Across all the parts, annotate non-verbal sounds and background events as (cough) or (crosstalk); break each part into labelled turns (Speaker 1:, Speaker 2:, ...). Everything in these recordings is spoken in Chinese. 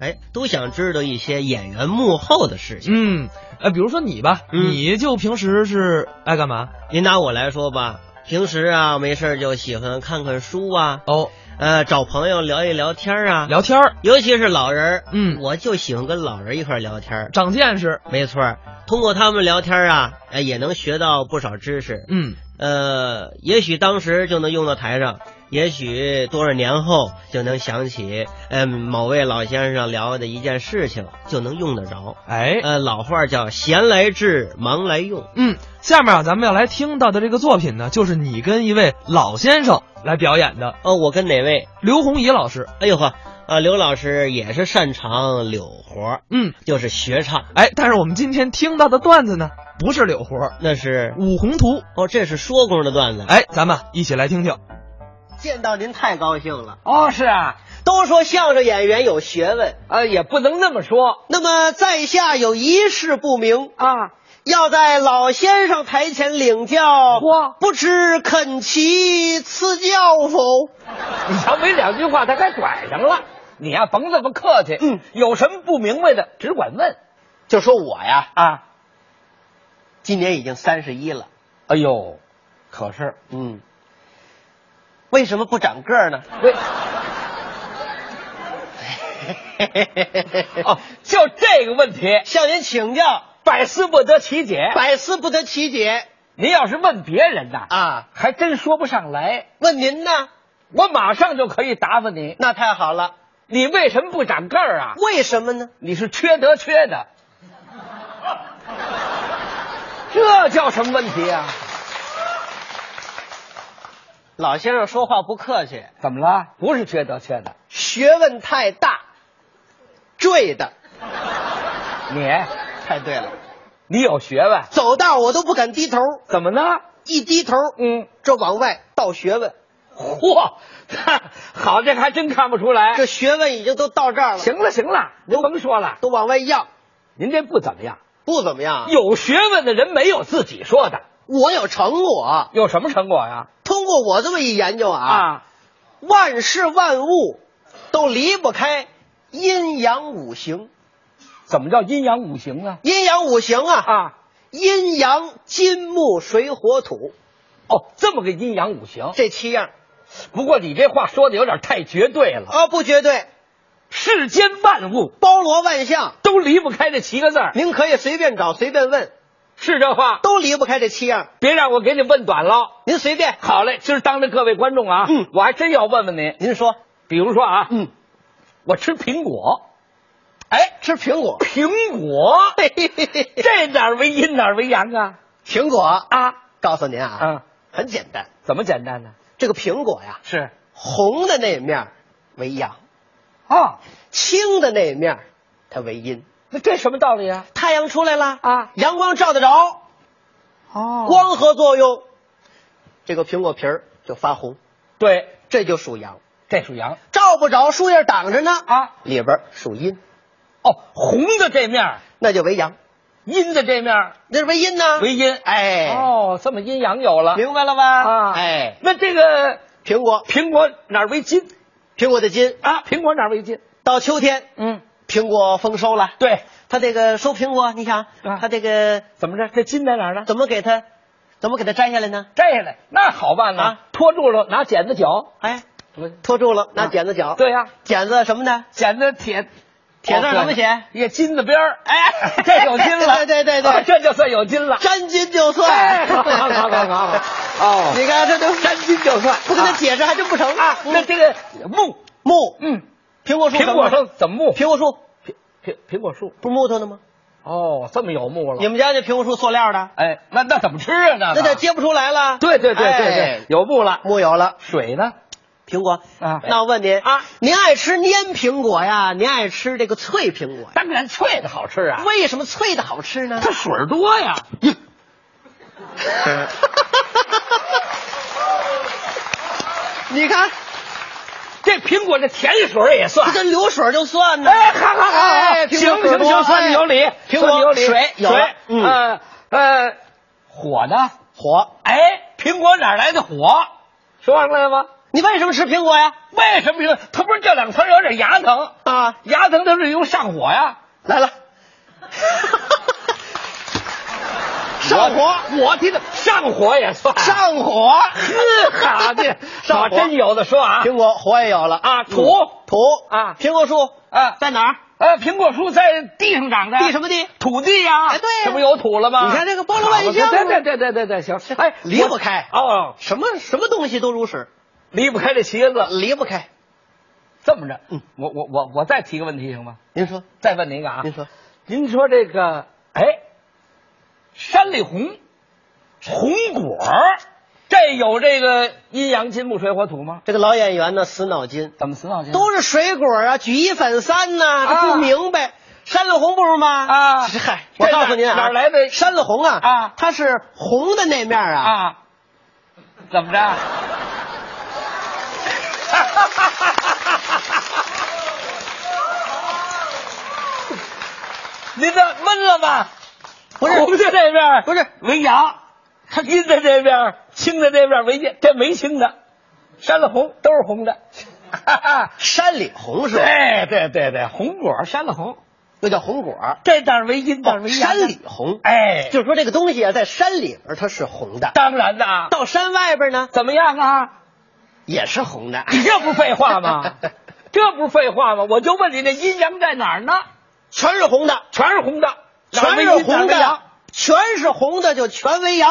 Speaker 1: 哎，都想知道一些演员幕后的事情。
Speaker 2: 嗯，呃，比如说你吧，
Speaker 1: 嗯
Speaker 2: 你就平时是爱干嘛？
Speaker 1: 您拿我来说吧，平时啊没事儿就喜欢看看书啊，
Speaker 2: 哦，
Speaker 1: 呃，找朋友聊一聊天儿啊，
Speaker 2: 聊天儿，
Speaker 1: 尤其是老人儿，
Speaker 2: 嗯
Speaker 1: 我就喜欢跟老人一块儿聊天儿。
Speaker 2: 长见识，
Speaker 1: 没错儿，通过他们聊天儿啊，哎，也能学到不少知识。
Speaker 2: 嗯，
Speaker 1: 呃，也许当时就能用到台上，也许多少年后就能想起，呃，某位老先生聊的一件事情，就能用得着。
Speaker 2: 哎，
Speaker 1: 呃，老话叫“闲来治，忙来用
Speaker 2: 嗯，下面啊，咱们要来听到的这个作品呢，就是你跟一位老先生来表演的”。
Speaker 1: 哦，我跟哪位？
Speaker 2: 刘洪怡老师。
Speaker 1: 哎呦呵，啊，刘老师也是擅长柳活儿，
Speaker 2: 嗯，
Speaker 1: 就是学唱，
Speaker 2: 哎，但是我们今天听到的段子呢，不是柳活儿，
Speaker 1: 那是
Speaker 2: 五红图。
Speaker 1: 哦，这是说工的段子。
Speaker 2: 哎，咱们一起来听听。
Speaker 1: 见到您太高兴了。
Speaker 2: 哦，是啊，
Speaker 1: 都说相声演员有学问，
Speaker 2: 呃，也不能那么说
Speaker 1: 那么在下有一事不明，
Speaker 2: 啊。
Speaker 1: 要在老先生台前领教，
Speaker 2: 嚯
Speaker 1: 不知肯其赐教否？
Speaker 3: 你瞧，没两句话，他该拐上了。你呀、甭这么客气，
Speaker 1: 嗯，
Speaker 3: 有什么不明白的，只管问
Speaker 1: 就说我呀，
Speaker 3: 啊。
Speaker 1: 今年已经三十一了，
Speaker 3: 哎呦，可是
Speaker 1: 嗯，为什么不长个儿呢？
Speaker 3: 喂， (laughs) 哦，就这个问题，
Speaker 1: 向您请教，
Speaker 3: 百思不得其解。
Speaker 1: 百思不得其解
Speaker 3: 您要是问别人呐，
Speaker 1: 啊！
Speaker 3: 还真说不上来。
Speaker 1: 问您呢？
Speaker 3: 我马上就可以答复你，
Speaker 1: 那太好了，
Speaker 3: 你为什么不长个儿啊？
Speaker 1: 为什么呢？
Speaker 3: 你是缺德缺的， (laughs) 这叫什么问题啊？
Speaker 1: 老先生说话不客气，
Speaker 3: 怎么了？不是缺德缺的，
Speaker 1: 学问太大，坠的。
Speaker 3: 你
Speaker 1: 太对了，
Speaker 3: 你有学问，
Speaker 1: 走道我都不敢低头，
Speaker 3: 怎么呢？
Speaker 1: 一低头，
Speaker 3: 嗯，
Speaker 1: 这往外倒学问，
Speaker 3: 嚯， (laughs) 好，这还真看不出来。
Speaker 1: 这学问已经都到这儿了，
Speaker 3: 行了行了，您甭说了，
Speaker 1: 都往外要，
Speaker 3: 您这不怎么样。
Speaker 1: 不怎么样。
Speaker 3: 有学问的人没有自己说的，
Speaker 1: 我有成果，
Speaker 3: 有什么成果呀？
Speaker 1: 通过我这么一研究啊，
Speaker 3: 啊，
Speaker 1: 万事万物都离不开阴阳五行。
Speaker 3: 怎么叫阴阳五行啊？
Speaker 1: 阴阳五行啊，
Speaker 3: 啊，
Speaker 1: 阴阳金木水火土
Speaker 3: 哦，这么个阴阳五行。
Speaker 1: 这七样
Speaker 3: 不过你这话说的有点太绝对了，
Speaker 1: 啊，不绝对，
Speaker 3: 世间万物
Speaker 1: 包罗万象，
Speaker 3: 都离不开这七个字儿，
Speaker 1: 您可以随便找随便问，
Speaker 3: 是这话？
Speaker 1: 都离不开这七样，
Speaker 3: 别让我给你问短了。
Speaker 1: 您随便。
Speaker 3: 好嘞，今儿当着各位观众啊，
Speaker 1: 嗯
Speaker 3: 我还真要问问你，
Speaker 1: 您说，
Speaker 3: 比如说啊，
Speaker 1: 嗯，
Speaker 3: 我吃苹果，
Speaker 1: 哎，吃苹果， (laughs)
Speaker 3: 苹果，这哪儿为阴哪儿为阳啊？
Speaker 1: 苹果，
Speaker 3: 啊
Speaker 1: 告诉您啊，
Speaker 3: 啊，
Speaker 1: 很简单，
Speaker 3: 怎么简单呢？
Speaker 1: 这个苹果呀，
Speaker 3: 是
Speaker 1: 红的那一面儿为阳，
Speaker 3: 啊，
Speaker 1: 青的那一面儿它为阴。
Speaker 3: 那这什么道理啊？
Speaker 1: 太阳出来了
Speaker 3: 啊，
Speaker 1: 阳光照得着，
Speaker 3: 哦光
Speaker 1: 光合作用，这个苹果皮儿就发红，
Speaker 3: 对，
Speaker 1: 这就属阳。
Speaker 3: 这属阳
Speaker 1: 照不着，树叶挡着呢，
Speaker 3: 啊。
Speaker 1: 里边儿属阴，
Speaker 3: 哦，红的这面儿，
Speaker 1: 那就为阳，
Speaker 3: 阴的这面儿
Speaker 1: 那是为阴呢。
Speaker 3: 为阴。
Speaker 1: 哎，
Speaker 3: 哦，这么阴阳有了。
Speaker 1: 明白了吧？
Speaker 3: 啊
Speaker 1: 哎，
Speaker 3: 那这个
Speaker 1: 苹果，
Speaker 3: 苹果哪儿为金
Speaker 1: 苹果的金，
Speaker 3: 啊？苹果哪儿为金？
Speaker 1: 到秋天，
Speaker 3: 嗯，
Speaker 1: 苹果丰收了。
Speaker 3: 对，
Speaker 1: 他这个收苹果，你想，
Speaker 3: 啊
Speaker 1: 他这个
Speaker 3: 怎么着？这金在哪儿呢？
Speaker 1: 怎么给他，怎么给他摘下来呢？
Speaker 3: 摘下来，那好办了，
Speaker 1: 啊
Speaker 3: 拖住了，拿剪子绞。
Speaker 1: 哎，拖住了，拿
Speaker 3: 啊
Speaker 1: 剪子绞。，
Speaker 3: 对呀、
Speaker 1: 剪子什么呢？
Speaker 3: 剪子铁哦
Speaker 1: 铁字儿怎么写？
Speaker 3: 也金字边儿，
Speaker 1: 哎
Speaker 3: 这有金了，
Speaker 1: 对对对对
Speaker 3: 啊这就算有金了。
Speaker 1: 沾金就算。
Speaker 3: 哎好好好好好好
Speaker 1: (laughs)
Speaker 3: 哦
Speaker 1: 你啊看这都
Speaker 3: 沾金就算
Speaker 1: 不跟他解释还真不成
Speaker 3: 啊，那
Speaker 1: 嗯
Speaker 3: 这个木，
Speaker 1: 木
Speaker 3: 嗯，
Speaker 1: 苹果树
Speaker 3: 苹果
Speaker 1: 怎么
Speaker 3: 树怎么木？
Speaker 1: 苹果树
Speaker 3: 苹苹苹果树，
Speaker 1: 不是木头的吗？
Speaker 3: 哦，这么有木
Speaker 1: 你
Speaker 3: 了。
Speaker 1: 们家这苹果树塑料的，
Speaker 3: 哎，那那怎么吃啊？那
Speaker 1: 那就接不出来了。
Speaker 3: 对对对对对
Speaker 1: 哎，，
Speaker 3: 有木了。
Speaker 1: 木有了。
Speaker 3: 水呢？
Speaker 1: 苹果
Speaker 3: 啊
Speaker 1: 那我问您
Speaker 3: 啊，
Speaker 1: 您爱吃蔫苹果呀？您爱吃这个脆苹果呀？
Speaker 3: 当然脆的好吃啊，
Speaker 1: 为什么脆的好吃呢？
Speaker 3: (laughs) 它水儿多呀。
Speaker 1: 你看，
Speaker 3: 这苹果这甜水儿也算
Speaker 1: 这。流水就算呢。
Speaker 3: 哎，好好好好，
Speaker 1: 哎
Speaker 3: 行
Speaker 1: 苹果
Speaker 3: 行
Speaker 1: 水多
Speaker 3: 行，算你有理
Speaker 1: 哎，苹
Speaker 3: 算你有
Speaker 1: 果
Speaker 3: 理。
Speaker 1: 水有了
Speaker 3: 水，
Speaker 1: 嗯
Speaker 3: 呃呃，火呢？
Speaker 1: 火
Speaker 3: 哎，苹果哪儿来的火？说上来吗？
Speaker 1: 你为什么吃苹果呀？
Speaker 3: 为什么说他不是这两天有点牙疼
Speaker 1: 啊，
Speaker 3: 牙疼他是由上火呀。
Speaker 1: 来
Speaker 3: (laughs)
Speaker 1: 了，上火，
Speaker 3: 我，我听的上火也算
Speaker 1: 上火，
Speaker 3: 呵好 (laughs) 的，
Speaker 1: 上火
Speaker 3: 我真有的说啊
Speaker 1: 苹果火也有了
Speaker 3: 啊土
Speaker 1: 嗯土
Speaker 3: 啊
Speaker 1: 苹果树
Speaker 3: 啊
Speaker 1: 在哪儿？
Speaker 3: 呃，苹果树在地上长的，
Speaker 1: 地什么地？
Speaker 3: 土地呀、
Speaker 1: 哎对呀
Speaker 3: 这不有土了吗？
Speaker 1: 你看这个包罗万象
Speaker 3: 好对对对对对对，行，哎，
Speaker 1: 离不开
Speaker 3: 我哦，
Speaker 1: 什么什么东西都如是，
Speaker 3: 离不开这茄子。
Speaker 1: 离不开。
Speaker 3: 这么着，
Speaker 1: 嗯
Speaker 3: 我我我我再提个问题行吗？
Speaker 1: 您说，
Speaker 3: 再问您一个啊，
Speaker 1: 您说，
Speaker 3: 您说这个，哎，山里红，红果儿，这有这个阴阳金木水火土吗？
Speaker 1: 这个老演员呢死脑筋，
Speaker 3: 怎么死脑筋？
Speaker 1: 都是水果啊，举一反三呐、
Speaker 3: 嗯啊
Speaker 1: 他不明白。山里红不是吗？
Speaker 3: 啊
Speaker 1: 是嗨，
Speaker 3: 这
Speaker 1: 我
Speaker 3: 哪
Speaker 1: 告诉您啊，
Speaker 3: 哪来的
Speaker 1: 山里红啊？
Speaker 3: 啊
Speaker 1: 它是红的那面啊，
Speaker 3: 啊，怎么
Speaker 1: (laughs)
Speaker 3: 着？您这闷了吧？
Speaker 1: 不是
Speaker 3: 红在这边，
Speaker 1: 不是
Speaker 3: 为阳，它阴在这边，青在这边为阴，这没青的，山里红都是红的。 (laughs) 哈哈，
Speaker 1: 山里红是吧？
Speaker 3: 对对对对，红果山里红，
Speaker 1: 那叫红果。
Speaker 3: 这当然为阴，当然为阳。
Speaker 1: 山里红，
Speaker 3: 哎，
Speaker 1: 就是说这个东西啊，在山里边它是红的，
Speaker 3: 当然的，
Speaker 1: 到山外边呢
Speaker 3: 怎么样啊？
Speaker 1: 也是红的。
Speaker 3: 你这不废话吗？这不是废话吗？我就问你，那阴阳在哪儿呢？
Speaker 1: (laughs) 全是红的，
Speaker 3: 全是红的，
Speaker 1: 全是红的，全是红的就全为阳，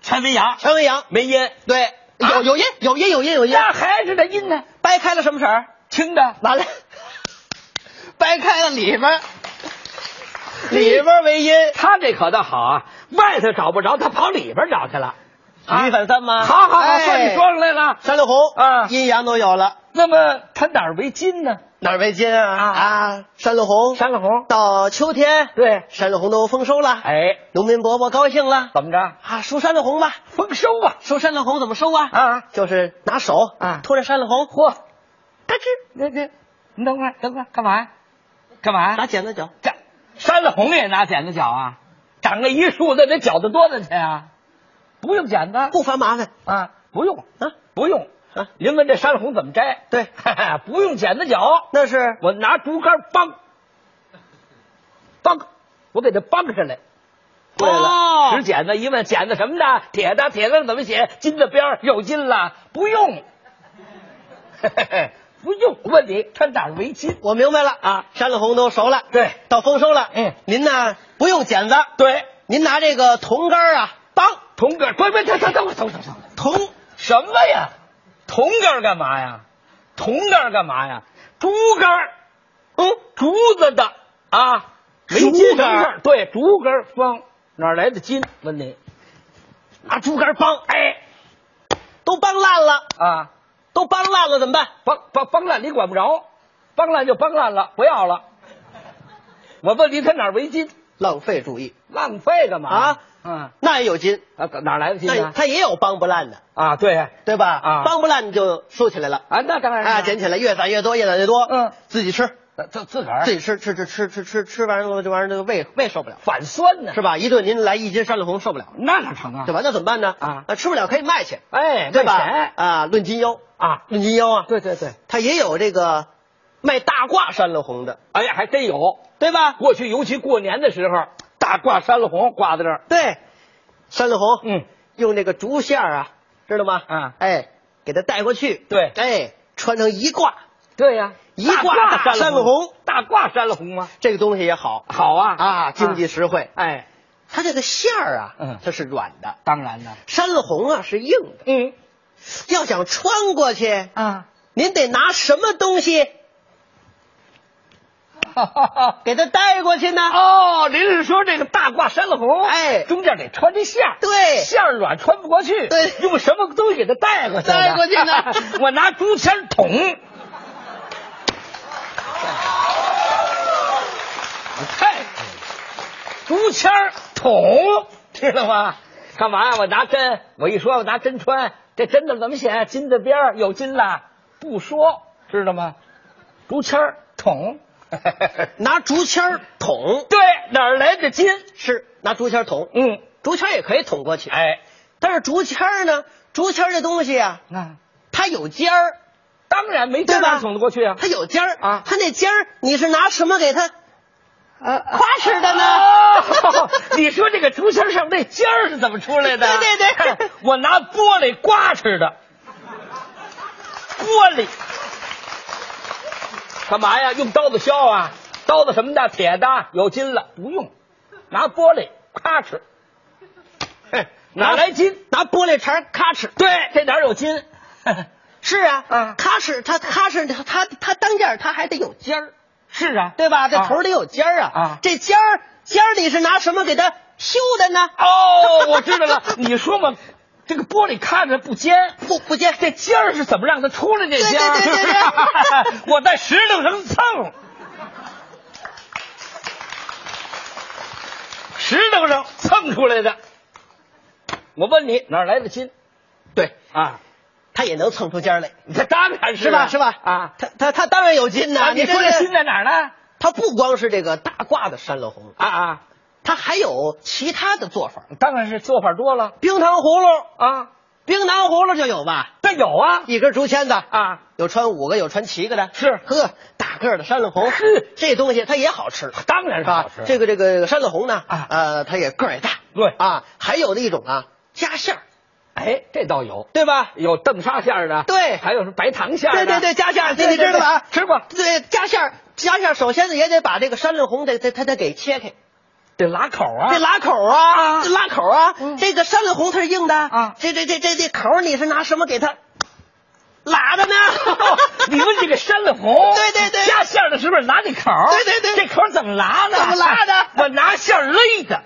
Speaker 3: 全为阳，
Speaker 1: 全为阳。
Speaker 3: 没阴。
Speaker 1: 对，
Speaker 3: 啊
Speaker 1: 有有阴有阴有阴有阴，
Speaker 3: 那还是那阴呢？
Speaker 1: 掰开了什么色儿？
Speaker 3: 青的，
Speaker 1: 完了，掰开了里边儿，里边儿为阴，
Speaker 3: 他这可倒好啊，外头找不着，他跑里边找去了。啊
Speaker 1: 举一反三吗？
Speaker 3: 好好好，
Speaker 1: 哎
Speaker 3: 说你说上来了。
Speaker 1: 山里红
Speaker 3: 啊
Speaker 1: 阴阳都有了，
Speaker 3: 那么他哪儿为金呢？
Speaker 1: 哪儿为金啊？
Speaker 3: 啊
Speaker 1: 啊，山里红，
Speaker 3: 山里红。
Speaker 1: 到秋天，
Speaker 3: 对，
Speaker 1: 山里红都丰收了，
Speaker 3: 哎，
Speaker 1: 农民伯伯高兴了
Speaker 3: 怎么着？
Speaker 1: 啊，收山里红吧，
Speaker 3: 丰收啊！
Speaker 1: 收山里红怎么收啊？
Speaker 3: 啊，
Speaker 1: 就是拿手
Speaker 3: 啊
Speaker 1: 托着山里红，
Speaker 3: 嚯，
Speaker 1: 嘎吱
Speaker 3: 那那，你等会儿，等会儿，干嘛呀？干嘛呀？
Speaker 1: 拿剪子绞，
Speaker 3: 这山里红也拿剪子绞啊？长个一树，那得绞得多大去啊？不用剪子
Speaker 1: 不烦麻烦
Speaker 3: 啊，不用
Speaker 1: 啊
Speaker 3: 不用。
Speaker 1: 啊，
Speaker 3: 您问这山里红怎么摘？
Speaker 1: 对，
Speaker 3: (laughs) 不用剪子绞，
Speaker 1: 那是
Speaker 3: 我拿竹竿梆梆，我给它梆上来。对
Speaker 1: 哦
Speaker 3: 了，使剪子一问，剪子什么的？铁的，铁的怎么写？金的边儿有金了，不用， (laughs) 不用。问你，它哪儿为金？
Speaker 1: 我明白了
Speaker 3: 啊，
Speaker 1: 山里红都熟了，
Speaker 3: 对
Speaker 1: 到丰收了，
Speaker 3: 嗯
Speaker 1: 您呢不用剪子，
Speaker 3: 对，
Speaker 1: 您拿这个铜杆儿啊，梆
Speaker 3: 铜杆，不不，等等等等等等。
Speaker 1: 铜，
Speaker 3: 什么呀？铜杆儿干嘛呀？铜杆儿干嘛呀？竹竿儿，嗯，竹子的啊，没
Speaker 1: 竹
Speaker 3: 金
Speaker 1: 竿儿
Speaker 3: 儿对，竹竿儿方哪儿来的金？问你，
Speaker 1: 啊
Speaker 3: 拿竹竿儿帮，哎
Speaker 1: 都梆烂了，
Speaker 3: 啊，
Speaker 1: 都梆烂了怎么办？
Speaker 3: 帮帮帮烂你管不着，帮烂就帮烂了，不要了。我问你，他哪儿为金？
Speaker 1: 浪费注意，
Speaker 3: 浪费干嘛
Speaker 1: 啊
Speaker 3: 嗯
Speaker 1: 那也有金，
Speaker 3: 啊，哪儿来的金
Speaker 1: 那
Speaker 3: 啊？
Speaker 1: 它也有梆不烂的，
Speaker 3: 啊，对啊，
Speaker 1: 对吧？
Speaker 3: 啊
Speaker 1: 梆不烂就竖起来了，
Speaker 3: 那当然
Speaker 1: 啊，
Speaker 3: 啊，
Speaker 1: 捡起来越攒越多，越攒越多，
Speaker 3: 嗯，哎
Speaker 1: 自己吃，
Speaker 3: 自自个儿
Speaker 1: 自己吃，吃吃吃吃吃吃完了这玩意儿，这个胃胃受不了，
Speaker 3: 反酸呢，
Speaker 1: 是吧？一顿您来一斤山里红受不了，
Speaker 3: 那哪成啊
Speaker 1: 对？吧？那怎么办呢？
Speaker 3: 啊
Speaker 1: 吃不了可以卖去，
Speaker 3: 哎，
Speaker 1: 对吧？
Speaker 3: 卖钱
Speaker 1: 啊，论斤腰，
Speaker 3: 啊，
Speaker 1: 论斤腰啊，
Speaker 3: 对对对，
Speaker 1: 它也有这个卖大褂山里红的，
Speaker 3: 哎呀，还真有。
Speaker 1: 对吧？
Speaker 3: 过去尤其过年的时候，大挂山里红挂在这儿，
Speaker 1: 对，山里红，
Speaker 3: 嗯，
Speaker 1: 用这个竹线儿啊，知道吗？
Speaker 3: 啊
Speaker 1: 哎，给它带过去，
Speaker 3: 对
Speaker 1: 哎，穿成一挂，
Speaker 3: 对呀、
Speaker 1: 一挂大山里红，
Speaker 3: 大挂山里红吗？
Speaker 1: 这个东西也好
Speaker 3: 好啊
Speaker 1: 啊，经济，实惠。
Speaker 3: 哎，
Speaker 1: 它这个线儿啊，
Speaker 3: 嗯
Speaker 1: 它是软的，
Speaker 3: 当然的，
Speaker 1: 山里红啊是硬的，
Speaker 3: 嗯
Speaker 1: 要想穿过去，
Speaker 3: 啊，
Speaker 1: 您得拿什么东西给它带过去
Speaker 3: (laughs)
Speaker 1: 呢？
Speaker 3: 哦，您是说这个大挂山里红，
Speaker 1: 哎
Speaker 3: 中间得穿这线儿，
Speaker 1: 对
Speaker 3: 线儿软穿不过去，
Speaker 1: 对
Speaker 3: 用什么东西给它带过去呢？
Speaker 1: 带过去呢
Speaker 3: (laughs) 我拿竹签
Speaker 1: (laughs)
Speaker 3: 捅。你看，竹签儿
Speaker 1: (laughs)
Speaker 3: 捅，知道吗？干嘛呀？我拿针，我一说我拿针穿，这针字怎么写？金字边儿有金啦，不说，知道吗？竹签儿
Speaker 1: (laughs)
Speaker 3: 捅，
Speaker 1: 拿竹签儿捅，
Speaker 3: 对，哪儿来的金？
Speaker 1: 是拿竹签儿捅，
Speaker 3: 嗯，
Speaker 1: 竹签儿也可以捅过去，
Speaker 3: 哎，
Speaker 1: 但是竹签儿呢，竹签儿这东西啊，
Speaker 3: 那
Speaker 1: 它它有尖儿，
Speaker 3: 当然没
Speaker 1: 对
Speaker 3: 这
Speaker 1: 吧？
Speaker 3: 哪捅得过去啊！
Speaker 1: 它有尖儿
Speaker 3: 啊
Speaker 1: 它那尖儿你是拿什么给它
Speaker 3: 啊，
Speaker 1: 夸吃的呢？
Speaker 3: 哦， (laughs) 你说这个竹签上那尖儿是怎么出来的？
Speaker 1: 对对对
Speaker 3: 我拿玻璃刮吃的。玻璃干嘛呀？用刀子削啊？刀子什么的？铁的？有筋了？不用，拿玻璃咔哧。嘿哪来筋？
Speaker 1: 拿玻璃碴儿咔哧。
Speaker 3: 对，这哪儿有筋？
Speaker 1: (laughs) 是啊，
Speaker 3: 啊
Speaker 1: 咔哧，它咔哧，它它它当件儿它还得有尖儿，
Speaker 3: 是啊，
Speaker 1: 对吧？这
Speaker 3: 啊
Speaker 1: 头儿得有尖儿啊。
Speaker 3: 啊
Speaker 1: 这尖儿尖儿你是拿什么给它修的呢？
Speaker 3: 哦，我知道了。你说嘛，这个玻璃看着不尖，
Speaker 1: 不不尖，
Speaker 3: 这尖儿是怎么让它出来？这尖儿，
Speaker 1: 对对对对
Speaker 3: (laughs) 我在石头上蹭，石头上蹭出来的。我问你，哪儿来的筋？
Speaker 1: 对，
Speaker 3: 啊，
Speaker 1: 它也能蹭出尖儿来，
Speaker 3: 这当然是
Speaker 1: 是吧？是吧？
Speaker 3: 啊，
Speaker 1: 它它它当然有筋呐。
Speaker 3: 啊你
Speaker 1: 这
Speaker 3: 说这
Speaker 1: 个
Speaker 3: 筋在哪儿呢？
Speaker 1: 它不光是这个大褂的山乐红，
Speaker 3: 啊啊，
Speaker 1: 它还有其他的做法。
Speaker 3: 当然是做法多了
Speaker 1: 冰糖葫芦，
Speaker 3: 啊。
Speaker 1: 冰糖葫芦就有吧？
Speaker 3: 但有啊
Speaker 1: 一根竹签子，
Speaker 3: 啊，
Speaker 1: 有穿五个，有穿七个的。
Speaker 3: 是
Speaker 1: 呵，大个儿的山乐红
Speaker 3: 是，
Speaker 1: 这东西它也好吃。
Speaker 3: 当然是好吃。
Speaker 1: 啊这个这个山乐红呢，
Speaker 3: 啊
Speaker 1: 呃，它也个儿也大，
Speaker 3: 对
Speaker 1: 啊，还有的一种啊，夹馅儿，
Speaker 3: 哎，这倒有。
Speaker 1: 对吧？
Speaker 3: 有邓沙馅儿的，
Speaker 1: 对
Speaker 3: 还有什么白糖馅儿的，
Speaker 1: 对对对夹馅儿
Speaker 3: 对
Speaker 1: 这你
Speaker 3: 对
Speaker 1: 知道吧
Speaker 3: 对吃过，
Speaker 1: 对，夹馅儿，夹馅儿，首先呢也得把这个山乐红得得它得给切开，
Speaker 3: 得拉口啊，
Speaker 1: 这拉口啊，
Speaker 3: 啊
Speaker 1: 这拉口啊，
Speaker 3: 嗯
Speaker 1: 这个山乐红它是硬的
Speaker 3: 啊？
Speaker 1: 这这这这这口儿你是拿什么给它拉的呢
Speaker 3: (laughs) 你问这个山里红，
Speaker 1: 对对对
Speaker 3: 夹馅儿的时候拿那口儿，
Speaker 1: 对对对
Speaker 3: 这口儿怎么拉的？
Speaker 1: 怎么拉的
Speaker 3: (laughs) 我拿馅儿勒的。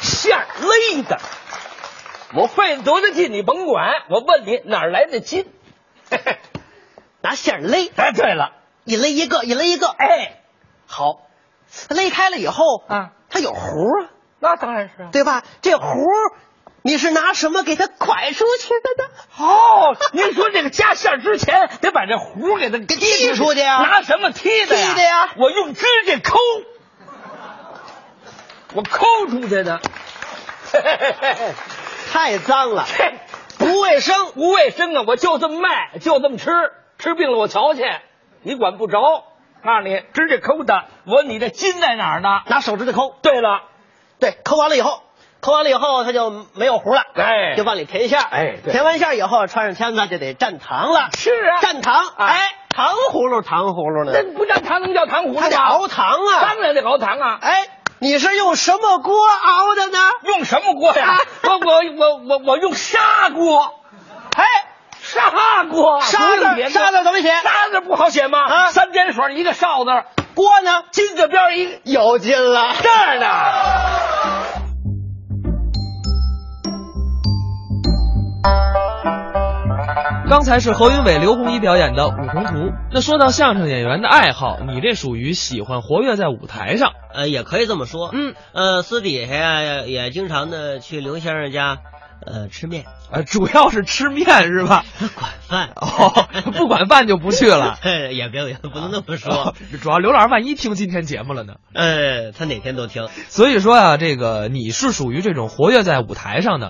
Speaker 3: 馅儿勒的，我费了多大劲你甭管，我问你哪儿来的筋？
Speaker 1: 拿馅儿勒，
Speaker 3: (laughs) 哎，对了，
Speaker 1: 一勒一个，一勒一个，
Speaker 3: 哎，
Speaker 1: 好，勒开了以后
Speaker 3: 啊，
Speaker 1: 它有核啊，
Speaker 3: 那当然是啊。
Speaker 1: 对吧？这核儿你是拿什么给它蒯出去的呢？
Speaker 3: 哦，您说这个夹馅儿之前得把这糊给它
Speaker 1: 给踢出去啊
Speaker 3: 拿什么踢的呀？
Speaker 1: 踢的呀
Speaker 3: 我用指甲抠，我抠出去的。 (laughs) 嘿嘿嘿嘿
Speaker 1: 太脏了，
Speaker 3: 嘿
Speaker 1: 不卫生。
Speaker 3: 不卫生啊！我就这么卖，就这么吃，吃病了我瞧去，你管不着。告诉你，指甲抠的，我问你这筋在哪儿呢？
Speaker 1: 拿手指头抠，
Speaker 3: 对了，
Speaker 1: 对，抠完了以后，抠完了以后它就没有核了，
Speaker 3: 哎
Speaker 1: 就往里填馅儿，
Speaker 3: 哎对
Speaker 1: 填完馅儿以后穿上签子就得蘸糖了，
Speaker 3: 是啊
Speaker 1: 蘸糖，
Speaker 3: 啊
Speaker 1: 哎，糖葫芦，糖葫芦
Speaker 3: 那
Speaker 1: 呢？
Speaker 3: 不蘸糖能叫糖葫
Speaker 1: 它
Speaker 3: 芦
Speaker 1: 得
Speaker 3: 吗？
Speaker 1: 熬糖啊，
Speaker 3: 当然得熬糖啊。
Speaker 1: 哎，你是用什么锅熬的呢？
Speaker 3: 用什么锅呀
Speaker 1: (laughs) 啊？
Speaker 3: 我我我我我用砂锅，
Speaker 1: 哎，
Speaker 3: 砂锅，
Speaker 1: 沙
Speaker 3: 不用别
Speaker 1: 子，
Speaker 3: 的
Speaker 1: 沙子怎么写？
Speaker 3: 沙子不好写吗？
Speaker 1: 啊
Speaker 3: 三点水一个哨字，
Speaker 1: 锅呢？
Speaker 3: 金字边一个
Speaker 1: 有劲了。
Speaker 3: 这儿呢。
Speaker 2: 刚才是何云伟、刘洪一表演的《五重图》。那说到相声演员的爱好，你这属于喜欢活跃在舞台上。
Speaker 1: 呃，也可以这么说，
Speaker 2: 嗯，
Speaker 1: 呃，私底下呀也经常的去刘先生家，呃，吃面，
Speaker 2: 呃，主要是吃面是
Speaker 3: (laughs)
Speaker 2: 吧？
Speaker 1: 他管饭。
Speaker 2: 哦，不管饭就不去了。
Speaker 1: 哎 (laughs) 也别也不能那么
Speaker 2: 哦
Speaker 1: 说，
Speaker 2: 主要刘老师万一听今天节目了呢？
Speaker 1: 呃，他哪天都听。
Speaker 2: 所以说啊，这个你是属于这种活跃在舞台上的，